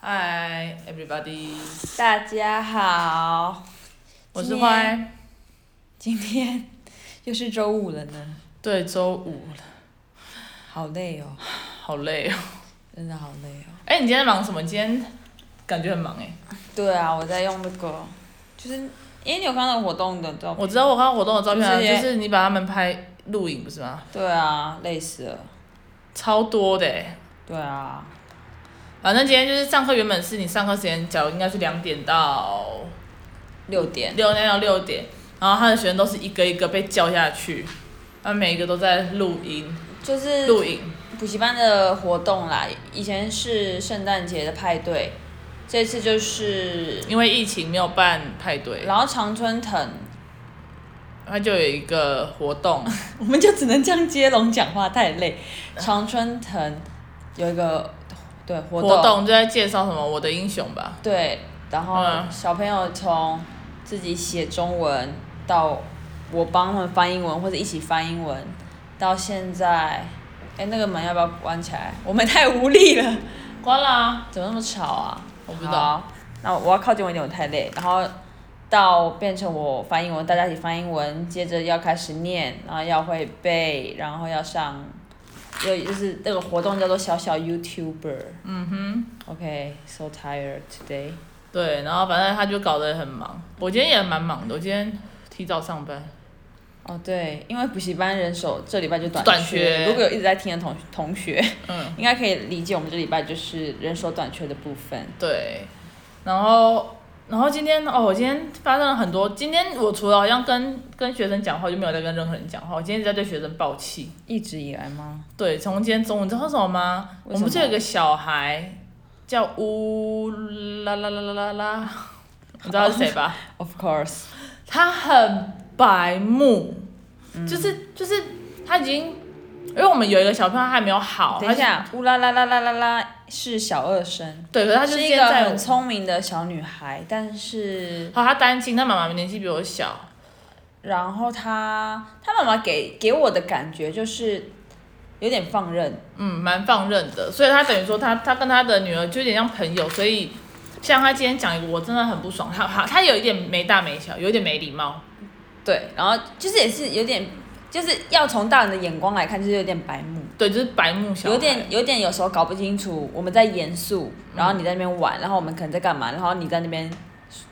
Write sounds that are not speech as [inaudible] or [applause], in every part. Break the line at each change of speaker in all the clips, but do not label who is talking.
Hi everybody，
大家好，
我是
今天
坏。
今天又是周五了呢，
对，周五了，
好累哦，
好累哦。 [laughs]
真的好累哦。
哎，你今天忙什么？你今天感觉很忙哎。
对啊，我在用那个，就是因为你有看到活动的照片，
我知道我看到活动的照片啊，
就是也
就是你把他们拍录影不是吗？
对啊，累死了，
超多的哎。
对啊，
反正今天就是上课，原本是你上课时间，假如应该是两点到
六点，
六点到六点，然后他的学生都是一个一个被叫下去，他们每一个都在录音，
就是
录影。
补习班的活动啦，以前是圣诞节的派对，这次就是，
因为疫情没有办派对，
然后常春藤，
他就有一个活动，
我们就只能这样接龙讲话，太累。常春藤有一个对活动，
活动就在介绍什么我的英雄吧。
对，然后
嗯
小朋友从自己写中文到我帮他们翻英文或者一起翻英文，到现在，哎，那个门要不要关起来？ [laughs] 我们太无力了，
关了、
怎么那么吵啊？
我不知道
好。那我要靠近我一点，我太累。然后到变成我翻英文，大家一起翻英文，接着要开始念，然后要会背，然后要上，就就是那个活动叫做小小 YouTuber。嗯哼。OK，so、tired today。
对，然后反正他就搞得很忙。我今天也蛮忙的，我今天提早上班。
哦，对，因为补习班人手这礼拜就短
短
缺，
缺
如果有一直在听的同同学，
嗯，
应该可以理解我们这礼拜就是人手短缺的部分。
对，然后然后今天哦，我今天发生了很多。今天我除了好像跟跟学生讲话，就没有再跟任何人讲话。我今天一直在对学生爆气。
一直以来吗？
对，从今天中午你知道为什么吗？
为什么
我们不是有个小孩叫乌啦啦啦啦啦啦，你知道是谁吧？
Of course，
他很白目，就是就是他已经，因为我们有一个小朋友他还没有好，
等一下，乌啦啦啦啦啦啦是小二
他
声，
就，对，可是他就是是
一
现
个
在
很，聪明的小女孩，但是
好，他单亲，他妈妈年纪比我小，
然后她她妈妈给给我的感觉就是有点放任，
嗯，蛮放任的，所以他等于说他他跟他的女儿就有点像朋友，所以像他今天讲一个我真的很不爽，他他他有一点没大没小，有一点没礼貌，
对，然后就是也是有点，就是要从大人的眼光来看，就是有点白目。
对，就是白目小孩，
有点有点有时候搞不清楚，我们在严肃，然后你在那边玩，然后我们可能在干嘛，然后你在那边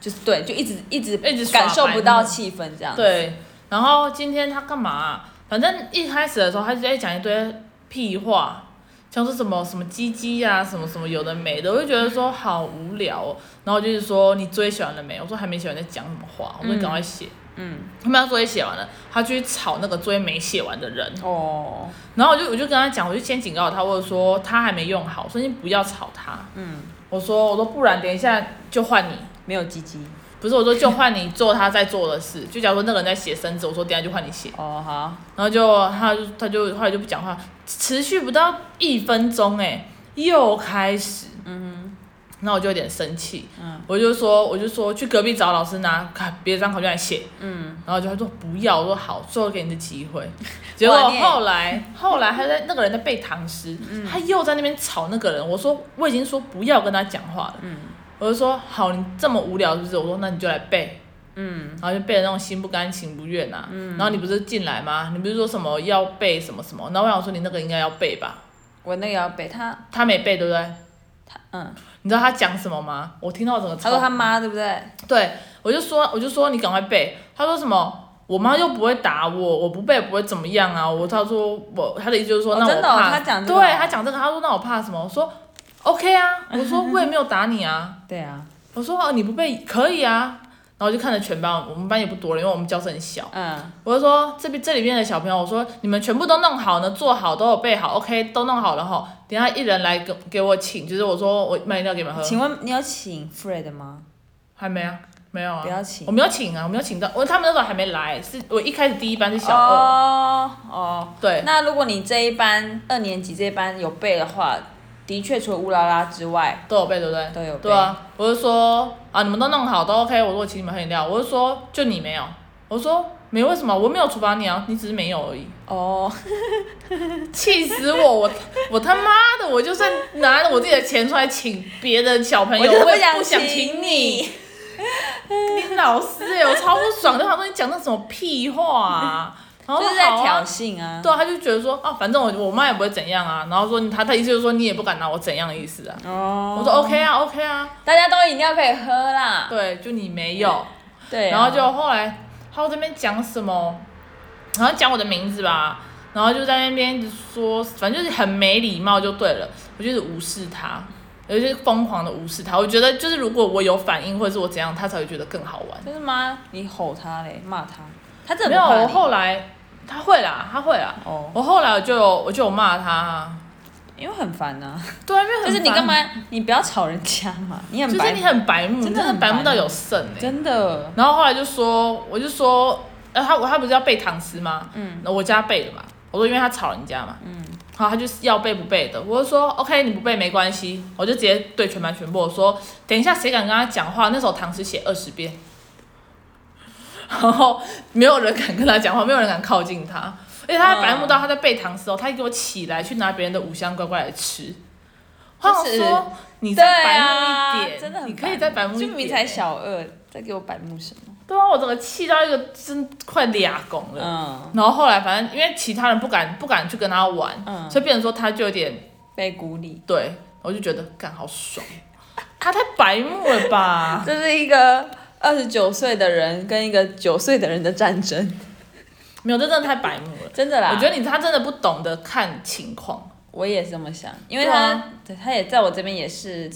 就是对，就一直一直
一直耍
感受
白
不到
目
气氛这样。，
对，然后今天他干嘛啊、反正一开始的时候，他就在讲一堆屁话，像是什么什么鸡鸡呀，什么什么有的没的，我就觉得说好无聊哦。然后我就是说你追喜欢了没？我说还没写完，在讲什么话？我说你赶快写。
嗯，
他们要作业写完了，他去吵那个作业没写完的人，
哦，
然后我就我就跟他讲，我就先警告他，我就说他还没用好，所以你不要吵他。嗯，我说我说不然等一下就换你，
没有鸡鸡。
不是我说就换你做他在做的事，就假如说那个人在写生字，我说等一下就换你写。
哦，好，
然后就他就他就后来就不讲话，持续不到一分钟哎、又开始，嗯，那我就有点生气，嗯，我就说我就说去隔壁找老师拿卡别的张考卷来写，嗯，然后就他说不要，我说好，最后给你的机 [laughs] 会，结果
哇你也
后来后来他在那个人在背唐诗，他又在那边吵那个人，我说我已经说不要跟他讲话了，嗯，我就说好，你这么无聊是不是？我说那你就来背，然后就背的那种心不甘情不愿啊。然后你不是进来吗？你不是说什么要背什么什么？然后我想说你那个应该要背吧，
我那个要背他，
他没背对不对？
嗯，
你知道他讲什么吗？我听到我整个
他
超
说他妈对不对？
对我就说我就说你赶快背，他说什么？我妈又不会打我，我不背不会怎么样啊。我他说我他的意思就是说，
哦
那我
真的哦
怕，
他讲这个
对他讲这个，他说那我怕什么？我说 OK 啊，我说我也没有打你啊，
对啊，
我说哦你不背可以啊，然后就看着全班，我们班也不多了，因为我们教室很小，
嗯，
我就说这边这里面的小朋友，我说你们全部都弄好呢，做好都有备好，OK，都弄好了哈。等一下一人来给给我请，就是我说我买饮料给你们喝，
请问你有请 Fred 吗？
还没啊，没有啊
不，要请
我。没有请啊，我没有请到，我他们那时候还没来，是我一开始第一班是小二，
哦哦，
对
那如果你这一班二年级这一班有背的话，的确除了乌拉拉之外
都有备对不对？
都有背。
对啊，我就说啊你们都弄好都 OK，我说我请你们喝饮料，我就说就你没有，我说没为什么，我没有处罚你啊，你只是没有而已。
哦，
气死我！我我他妈的，我就算拿我自己的钱出来请别的小朋
我
友，
就
我也
想
不想请
请
你。。你老师哎、我超不爽，就想说你讲那什么屁话啊！
[laughs]
然后
就
说
是在
好啊
挑衅啊。
对啊，他就觉得说啊，反正我我妈也不会怎样啊。然后说他他意思就是说你也不敢拿我怎样的意思啊。
哦
我说 OK 啊 OK 啊，
大家都饮料可以喝啦。
对，就你没有。
对啊，
然后就后来他这边讲什么，然后讲我的名字吧，然后就在那边一直说，反正就是很没礼貌就对了，我就是无视他。我就是疯狂的无视他，我觉得就是如果我有反应或者是我怎样，他才会觉得更好玩。
就是吗？你吼他嘞，骂他，他怎么
没有，我
怕
后来他会啦，他会啦。
你？哦，
我后来我就有我就有骂他啊，
因为 [laughs] 很烦呐。
对啊，因为很
就是你
烦
干嘛？你不要吵人家嘛，你很
就
白
是你很白目，
真
真
的
的
很
白目到
白目
有剩哎、
真的。
然后后来就说，我就说，呃，他我他不是要背唐诗吗？嗯，我叫他背的嘛。我说因为他吵人家嘛，嗯，好，他就是要背不背的。我就说 OK，你不背没关系，我就直接对全班全部我说，等一下谁敢跟他讲话，那首唐诗写二十遍，然后没有人敢跟他讲话，没有人敢靠近他，而且他还白目到他在背唐诗哦，他还给我起来去拿别人的五香乖乖来吃。我想
就是
说你
对
再白目一
啊
点，，
真的很
你可以再白目一
就
点，欸
明明才小二，再给我白目什么？
对啊，我整个气到一个真快俩拱了。
嗯，
然后后来反正因为其他人不敢不敢去跟他玩，
嗯
所以变成说他就有点
被孤立，
对，我就觉得干好爽，他太白目了
[laughs]
吧？
这是一个二十九岁的人跟一个九岁的人的战争，
没有，这真的太白目了。
真的啦。
我觉得你他真的不懂得看情况，
我也是这么想，因为
对
他
啊
对他也在我这边也是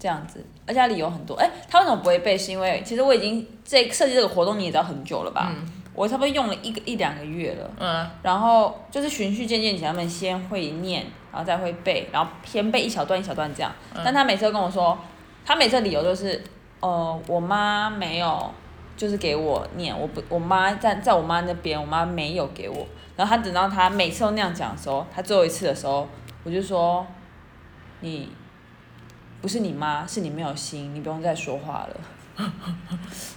这样子，而且他理由很多。哎、他为什么不会背？是因为其实我已经这设计这个活动你也知道很久了吧？我差不多用了一个一两个月了。
嗯，
然后就是循序渐进，请他们先会念，然后再会背，然后先背一小段一小段这样。
嗯
但他每次都跟我说，他每次的理由就是，呃，我妈没有，就是给我念，我不，我妈在在我妈那边，我妈没有给我。然后他等到他每次都那样讲的时候，他最后一次的时候，我就说，你不是你妈，是你没有心，你不用再说话了。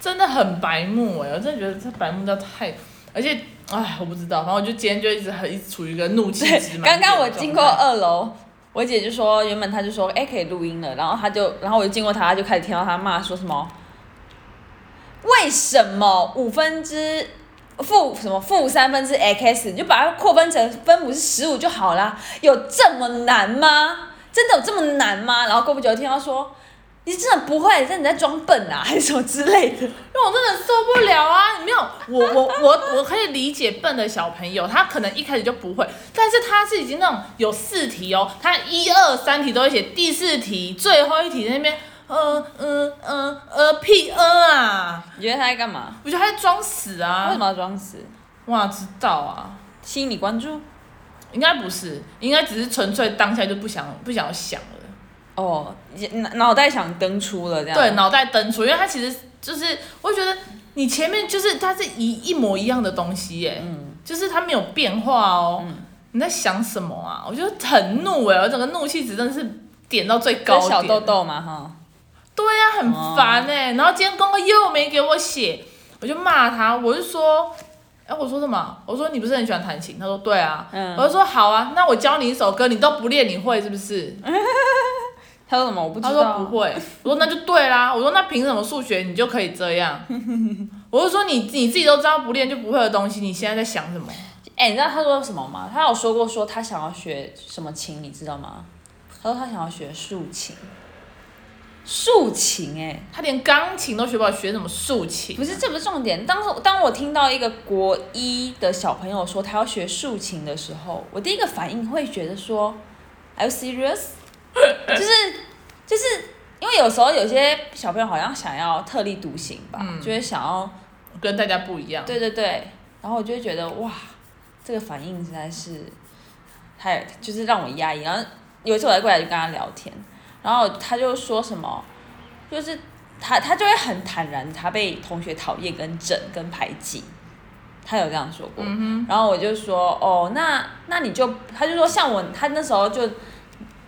真的很白目哎、我真的觉得他白目到太，而且哎，我不知道，反正我就今天就一直很一直处于一个怒气值满点的状态。
刚刚我经过二楼，我姐就说，原本她就说，哎、可以录音了，然后她就，然后我就经过她，她就开始听到她骂说什么，为什么五分之负什么负三分之 x，你就把它扩分成分母是十五就好啦，有这么难吗？真的有这么难吗？然后过不久听到说。你真的不会，但你在装笨啊，还是什么之类的？
因为我真的受不了啊！没有，我我我我可以理解笨的小朋友，他可能一开始就不会，但是他是已经那种有四题哦，他一二三题都会写，第四题最后一题在那边，呃呃呃呃屁呃啊！
你觉得他在干嘛？
我觉得他在装死
为什
啊！
么要装死？
我哪知道啊？
吸引你关注？
应该不是，应该只是纯粹当下就不想不想想了。
哦，也脑脑袋想登出了这样。
对，脑袋登出，因为它其实就是，我觉得你前面就是它是一一模一样的东西耶，
嗯
就是它没有变化哦。你在想什么啊？我觉得很怒哎，我整个怒气值真的是点到最高
跟小
点
豆豆嘛哈，
对呀、很烦
哦
哎、然后今天功课又没给我写，我就骂他，我就说，哎、我说什么？我说你不是很喜欢弹琴？他说对啊。
嗯
我就说好啊，那我教你一首歌，你都不练，你会是不是？
他说什么我嗯不知
他
道。
说不会，我说那就对啦，我说那凭什么数学你就可以这
[laughs]
样？我就说你你自己都知道不练就不会的东西，你现在在想什么？
哎、你知道他说什么吗？他有说过说他想要学什么琴，你知道吗？他说他想要学竖琴，竖琴哎、
他连钢琴都学不好，学什么竖琴？
不是，这不是重点。当时当我听到一个国一的小朋友说他要学竖琴的时候，我第一个反应会觉得说，Are you serious？就是就是因为有时候有些小朋友好像想要特立独行吧，
嗯
就会想要
跟大家不一样。
对对对，然后我就会觉得哇，这个反应实在是太就是让我压抑。然后有一次我在柜台就跟他聊天，然后他就说什么，就是他他就会很坦然，他被同学讨厌、跟整、跟排挤。他有这样说过，然后我就说哦，那那你就，他就说像我，他那时候就，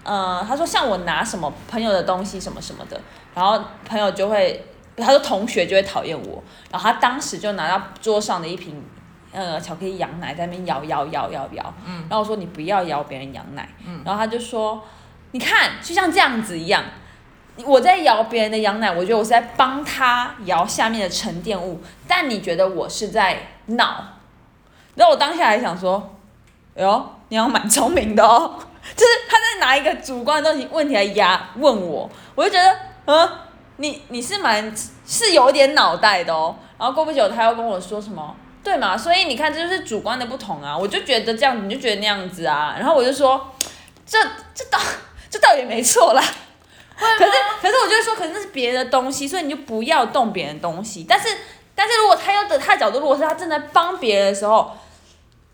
呃，他说像我拿什么朋友的东西什么什么的，然后朋友就会他的同学就会讨厌我，然后他当时就拿到桌上的一瓶呃巧克力羊奶在那边摇摇摇摇摇，然后我说你不要摇别人羊奶，然后他就说你看就像这样子一样。我在摇别人的羊奶，我觉得我是在帮他摇下面的沉淀物，但你觉得我是在闹？然后我当下还想说，哎呦，你要蛮聪明的哦， [laughs] 就是他在拿一个主观的东西问题来压问我，我就觉得，嗯，你你是蛮是有点脑袋的哦。然后过不久他又跟我说什么，对嘛？所以你看这就是主观的不同啊，我就觉得这样，你就觉得那样子啊。然后我就说，这这倒 [laughs] 这倒也没错啦。可是可是我就会说，可是那是别的东西，所以你就不要动别人的东西。但是但是如果他要的他的角度，如果是他正在帮别人的时候，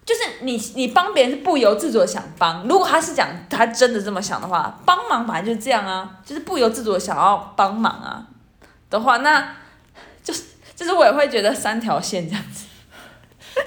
就是你你帮别人是不由自主的想帮。如果他是讲他真的这么想的话，帮忙本来就是这样啊，就是不由自主的想要帮忙啊的话，那就是就是我也会觉得三条线这样子。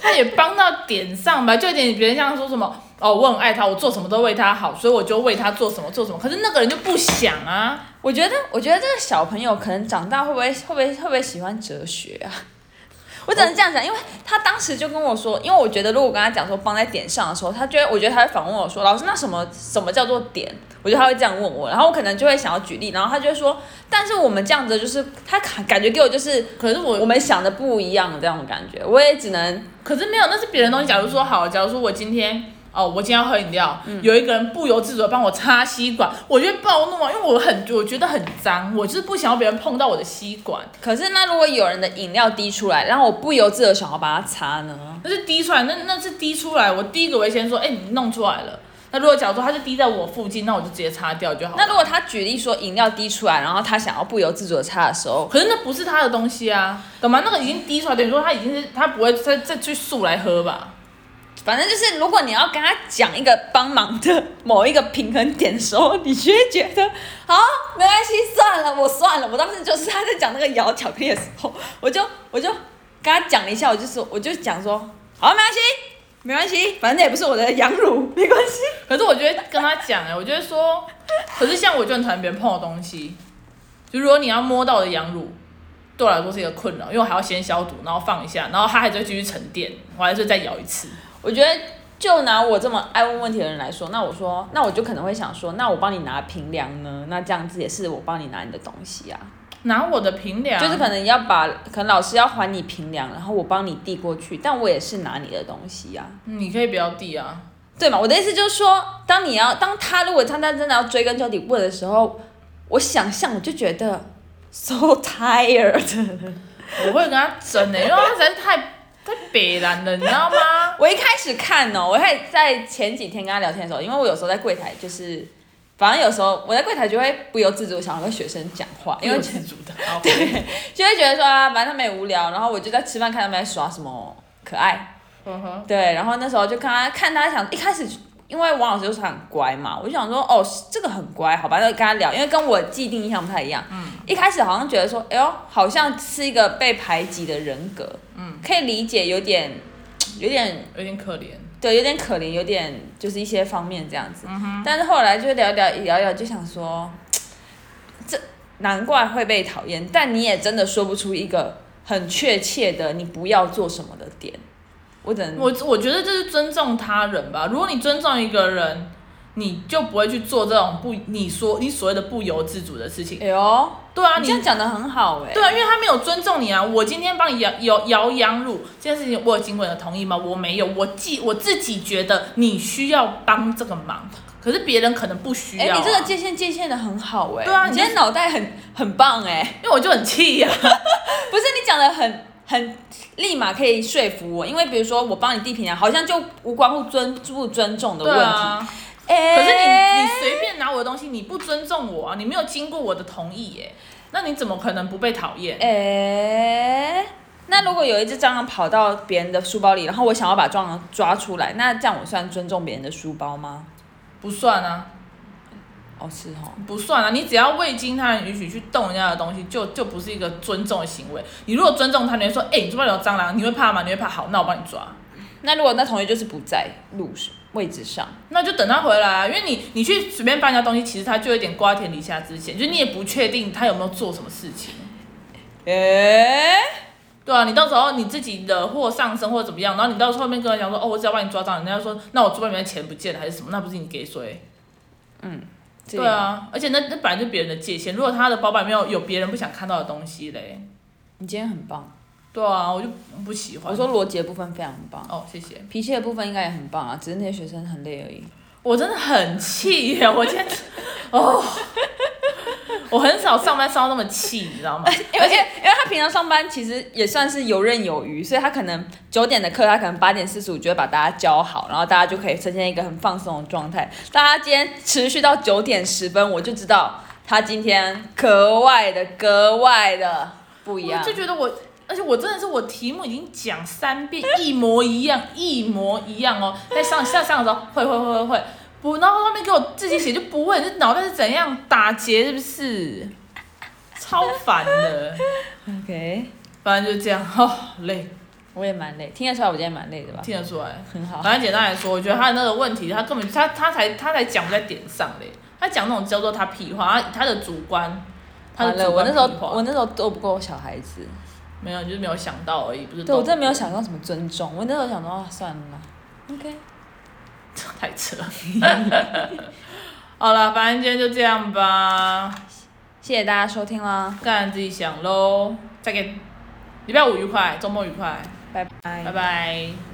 他也帮到点上吧，就有点别人像说什么哦，我很爱他，我做什么都为他好，所以我就为他做什么做什么。可是那个人就不想啊，
我觉得我觉得这个小朋友可能长大会不会会不会会不会喜欢哲学啊？ [laughs] 我只能这样讲，因为他当时就跟我说，因为我觉得如果我跟他讲说帮在点上的时候，他觉得我觉得他会反问我说，老师那什么什么叫做点？我觉得他会这样问我，然后我可能就会想要举例，然后他就会说，但是我们这样子就是他感感觉给我就是
可是
我
我，
们想的不一样的这样的感觉，我也只能
可是没有，那是别人的东西。假如说好，假如说我今天。哦，我今天要喝饮料，有一个人不由自主的帮我擦吸管，我就会暴怒啊，因为我很我觉得很脏，我就是不想要别人碰到我的吸管，
可是那如果有人的饮料滴出来，然后我不由自主地想要把它擦呢？
那是滴出来，那那是滴出来，我第一个我会先说，哎、你弄出来了。那如果假如说它是滴在我附近，那我就直接擦掉就好了。
那如果他举例说饮料滴出来，然后他想要不由自主的擦的时候，
可是那不是他的东西啊，懂吗？那个已经滴出来，等于说他已经是他不会再再去速来喝吧？
反正就是如果你要跟他讲一个帮忙的某一个平衡点的时候，你就会觉得好没关系，算了，我算了。我当时就是他在讲那个摇巧克力的时候，我就 [laughs] 我就跟他讲了一下，我就说我就讲说好没关系，没关系，反正也不是我的羊乳，没关系。 [laughs]
可是我觉得跟他讲哎、我觉得说，可是像我就很讨厌别人碰我东西，就如果你要摸到我的羊乳，对我来说是一个困扰，因为我还要先消毒，然后放一下，然后它还在继续沉淀，我还是再咬一次。
我觉得就拿我这么爱问问题的人来说，那我说，那我就可能会想说，那我帮你拿平量呢？那这样子也是我帮你拿你的东西啊，
拿我的平量，
就是可能要把，可能老师要还你平量，然后我帮你递过去，但我也是拿你的东西啊，
你可以不要递啊。
对嘛？我的意思就是说，当你要，当他如果他他真的要追根究底问的时候，我想象我就觉得 so tired。 [laughs]
我会跟他争的、因为他实在是太太北蓝了，你知道吗？
我一开始看哦，我还在前几天跟他聊天的时候，因为我有时候在柜台就是，反正有时候我在柜台就会不由自主想要跟学生讲话，因为
我
就
自主
[laughs]
的，好对，
就会觉得说啊，反正他们也无聊，然后我就在吃饭看他们在耍什么可爱，
嗯哼，
对，然后那时候就看他看他想一开始就。因为王老师就是很乖嘛，我就想说，哦，这个很乖，好吧，那就跟他聊，因为跟我既定印象不太一样。嗯。一开始好像觉得说，哎呦，好像是一个被排挤的人格。嗯。可以理解，有点，有点
有点可怜。
对，有点可怜，有点就是一些方面这样子。
嗯
但是后来就聊聊聊聊，就想说，这难怪会被讨厌，但你也真的说不出一个很确切的你不要做什么的点。我只能
我我觉得这是尊重他人吧。如果你尊重一个人，你就不会去做这种不你说你所谓的不由自主的事情。
哎呦，
对啊，
你
你
这样讲的很好哎、
对啊，因为他没有尊重你啊。我今天帮你摇摇摇羊乳这件事情，我有经过你的同意吗？我没有，我既我自己觉得你需要帮这个忙，可是别人可能不需
哎、
要、啊。
你这个界限界限的很好哎、
对啊
你
你
今天脑袋很很棒哎、
[laughs] 因为我就很气呀、
不是你讲的很很立马可以说服我，因为比如说我帮你递平量，好像就无关乎尊不尊重的
对
问题。
啊，
哎、
可是你你随便拿我的东西，你不尊重我啊，你没有经过我的同意耶、那你怎么可能不被讨厌？
诶，那如果有一只蟑螂跑到别人的书包里，然后我想要把蟑螂抓出来，那这样我算尊重别人的书包吗？
不算啊。
哦，是哦。
不算啊，你只要未经他人允许去动人家的东西，就就不是一个尊重的行为。你如果尊重他，你会说，哎、你这边有蟑螂，你会怕吗？你会怕？好，那我帮你抓。
那如果那同学就是不在路上位置上，
那就等他回来啊，因为你你去随便搬人家东西，其实他就有点瓜田李下之嫌，就是你也不确定他有没有做什么事情。
诶、
对啊，你到时候你自己惹祸上身或者怎么样，然后你到时候后面跟人讲说，哦，我只要把你抓到，人家说那我猪包里面的钱不见了还是什么，那不是你给谁？
这
对啊，而且那那本来就别人的界限，如果他的包包里面有有别人不想看到的东西嘞，
你今天很棒。
对啊，我就不喜欢。
我说逻辑的部分非常棒，
哦，谢谢。
脾气的部分应该也很棒啊，只是那些学生很累而已。
我真的很气耶！我今天，哦，我很少上班上到那么气，你知道吗？
因为因为因为他平常上班其实也算是游刃有余，所以他可能九点的课，他可能八点四十五就会把大家教好，然后大家就可以呈现一个很放松的状态。大家今天持续到九点十分，我就知道他今天格外的格外的不一样
我就。觉得我，而且我真的是我题目已经讲三遍，一模一样，一模一样哦。在上下上的时候，会会会会会，不，然后后面给我自己写就不会，这脑袋是怎样打结是不是？超烦的，
OK，
反正就这样，哦，累，
我也蛮累，听得出来我今天蛮累的吧？
听得出来。
很好。
反正简单来说，我觉得他的那个问题，他根本他他才他才讲不在点上嘞，他讲那种叫做他屁话，他他的主观，他的
完了，
主观
我那
屁
时
话，
候我那时候都不够小孩子，
没有，你就是没有想到而已，不是？
对我真的没有，想到什么尊重，我那时候想说啊，算了啦，OK，
太扯。 [laughs] 好了，反正今天就这样吧，
谢谢大家收听啦，
干自己想喽。再给礼拜五愉快，周末愉快，
拜拜
拜拜。